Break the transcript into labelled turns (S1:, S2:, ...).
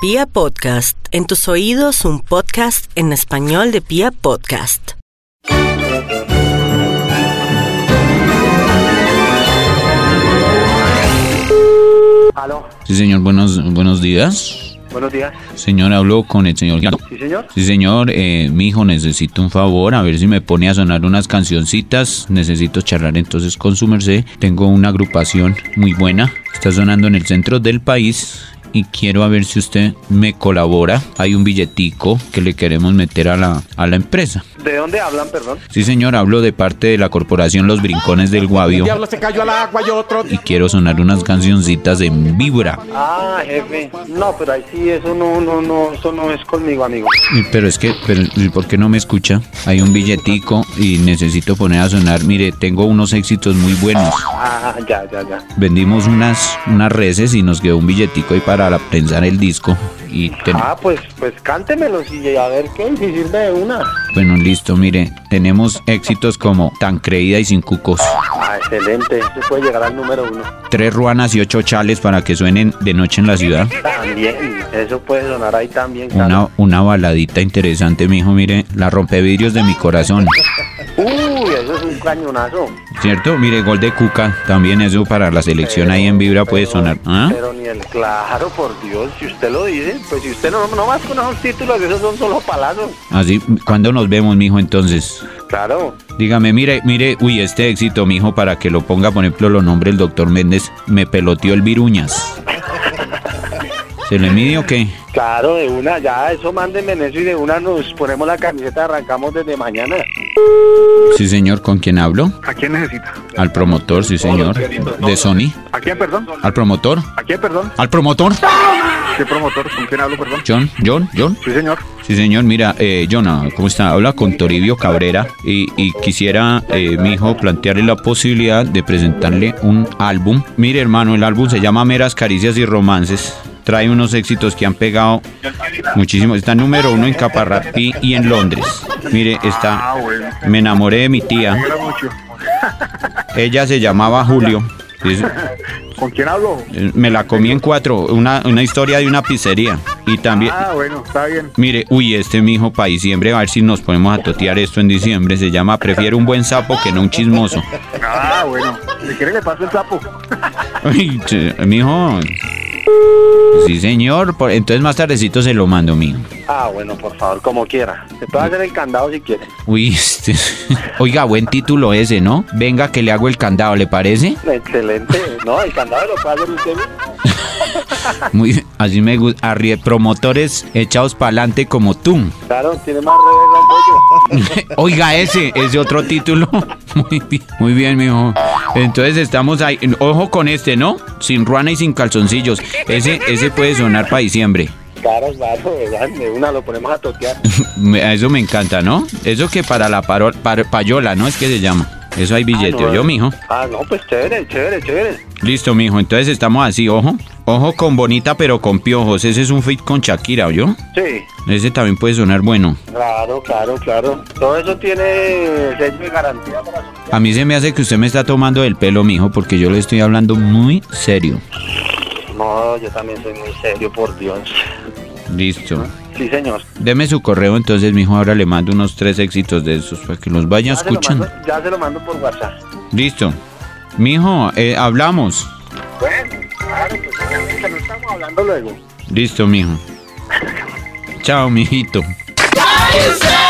S1: Pia Podcast, en tus oídos un podcast en español de Pia Podcast.
S2: Aló,
S3: Sí, señor, buenos, buenos días.
S2: buenos días.
S3: Señor, hablo con el señor. Guillermo.
S2: Sí, señor.
S3: Sí, señor, eh, mi hijo, necesito un favor, a ver si me pone a sonar unas cancioncitas. Necesito charlar entonces con su merced. Tengo una agrupación muy buena, está sonando en el centro del país y quiero a ver si usted me colabora. Hay un billetico que le queremos meter a la, a la empresa.
S2: ¿De dónde hablan, perdón?
S3: Sí, señor, hablo de parte de la corporación Los Brincones del Guavio
S4: diablo se cayó al agua y otro
S3: y quiero sonar unas cancioncitas en vibra.
S2: Ah, jefe. No, pero ahí sí, eso no, no, no, eso no es conmigo, amigo.
S3: Eh, Pero es que, pero, ¿y ¿por qué no me escucha? Hay un billetico y necesito poner a sonar. Mire, tengo unos éxitos muy buenos.
S2: Ah, ya, ya, ya.
S3: Vendimos unas, unas reses y nos quedó un billetico ahí para la- prensar el disco. Y ten-
S2: Ah, pues, pues cántemelos y a ver qué, y si sirve de una.
S3: bueno, listo, mire, tenemos éxitos como Tan Creída y Sin Cucos,
S2: Ah, excelente. Eso puede llegar al número uno.
S3: Tres Ruanas y Ocho Chales para que suenen de noche en la ciudad.
S2: También, eso puede sonar ahí también. claro.
S3: Una, una baladita interesante, mijo, mire, La Rompevidrios de mi corazón.
S2: Uy, eso es un cañonazo.
S3: ¿Cierto? Mire, Gol de Cuca, también eso para la selección ahí en Vibra puede
S2: Pero-
S3: sonar. ¿Ah?
S2: Pero ni el claro, por Dios, si usted lo dice, pues si usted no, no más con esos títulos, esos son solo palazos.
S3: Así, cuando nos vemos, mijo, entonces?
S2: Claro.
S3: Dígame, mire, mire, uy, este éxito, mijo, para que lo ponga, por ejemplo, lo nombre el doctor Méndez, me peloteó el viruñas. ¿Se le mide o qué?
S2: Claro, de una, ya eso mándenme en eso y de una nos ponemos la camiseta, arrancamos desde mañana.
S3: Sí, señor, ¿con quién hablo?
S5: ¿A quién necesita?
S3: Al promotor, sí, señor. ¿De Sony?
S5: ¿A quién, perdón?
S3: ¿Al promotor?
S5: ¿A quién, perdón?
S3: ¿Al promotor?
S5: ¿Qué promotor? ¿Con quién hablo, perdón?
S3: John, John, John.
S5: Sí, señor.
S3: Sí, señor, mira, eh, Jonah, ¿cómo está? Habla con Toribio Cabrera y, y quisiera, eh, mi hijo, plantearle la posibilidad de presentarle un álbum. Mire, hermano, el álbum se llama Meras Caricias y Romances. Trae unos éxitos que han pegado muchísimo. Está número uno en Caparratí y en Londres. Mire, está...
S5: Ah, bueno.
S3: Me enamoré de mi tía.
S5: Era mucho.
S3: Ella se llamaba Julio. Es-
S5: ¿Con quién hablo?
S3: eh, me la comí en cuatro. Una, una historia de una pizzería. Y también...
S5: Ah, bueno, está bien.
S3: Mire, uy, este mijo para diciembre, a ver si nos ponemos a totear esto en diciembre. Se llama Prefiero un buen sapo que no un chismoso.
S5: Ah, bueno. ¿Le quiere le paso el sapo?
S3: Ay, che, mijo. Sí, señor. por- Entonces más tardecito se lo mando, mijo.
S2: Ah, bueno, por favor, como quiera. Te puede hacer el candado si quieres.
S3: Uy, este. Oiga, buen título ese, ¿no? Venga, que le hago el candado, ¿le parece?
S2: Excelente. No, el candado lo puede hacer usted mismo.
S3: Muy, así me gusta. Promotores echados pa'lante como tú.
S2: Claro, tiene más reversa pollo.
S3: Oiga, ese, ese otro título. Muy bien, muy bien, mijo. Entonces estamos ahí. Ojo con este, ¿no? Sin ruana y sin calzoncillos. Ese, ese puede sonar para diciembre.
S2: Claro, claro, ¿verdad? De una lo ponemos a totear.
S3: Me- a Eso me encanta, ¿no? Eso que para la paro- par- payola, ¿no? Es que se llama. Eso hay billete,
S2: no,
S3: yo, mijo.
S2: Ah, no, pues chévere, chévere, chévere.
S3: Listo, mijo. Entonces estamos así, ojo. Ojo con bonita, pero con piojos. Ese es un fit con Shakira, yo.
S2: Sí,
S3: Ese también puede sonar bueno.
S2: claro, claro, claro. Todo eso tiene sello de garantía para su...
S3: A mí se me hace que usted me está tomando del pelo, mijo, porque yo le estoy hablando muy serio.
S2: No, yo también soy muy serio, por Dios.
S3: Listo.
S2: Sí, señor.
S3: Deme su correo entonces, mijo, ahora le mando unos tres éxitos de esos para que los vaya
S2: Ya Ah, se, lo
S3: escuchando.
S2: mando, ya se lo mando por WhatsApp.
S3: Listo. Mijo, eh, hablamos.
S2: Bueno, claro, pues que no estamos hablando luego.
S3: Listo, mijo. Chao, mijito.
S6: Cállense,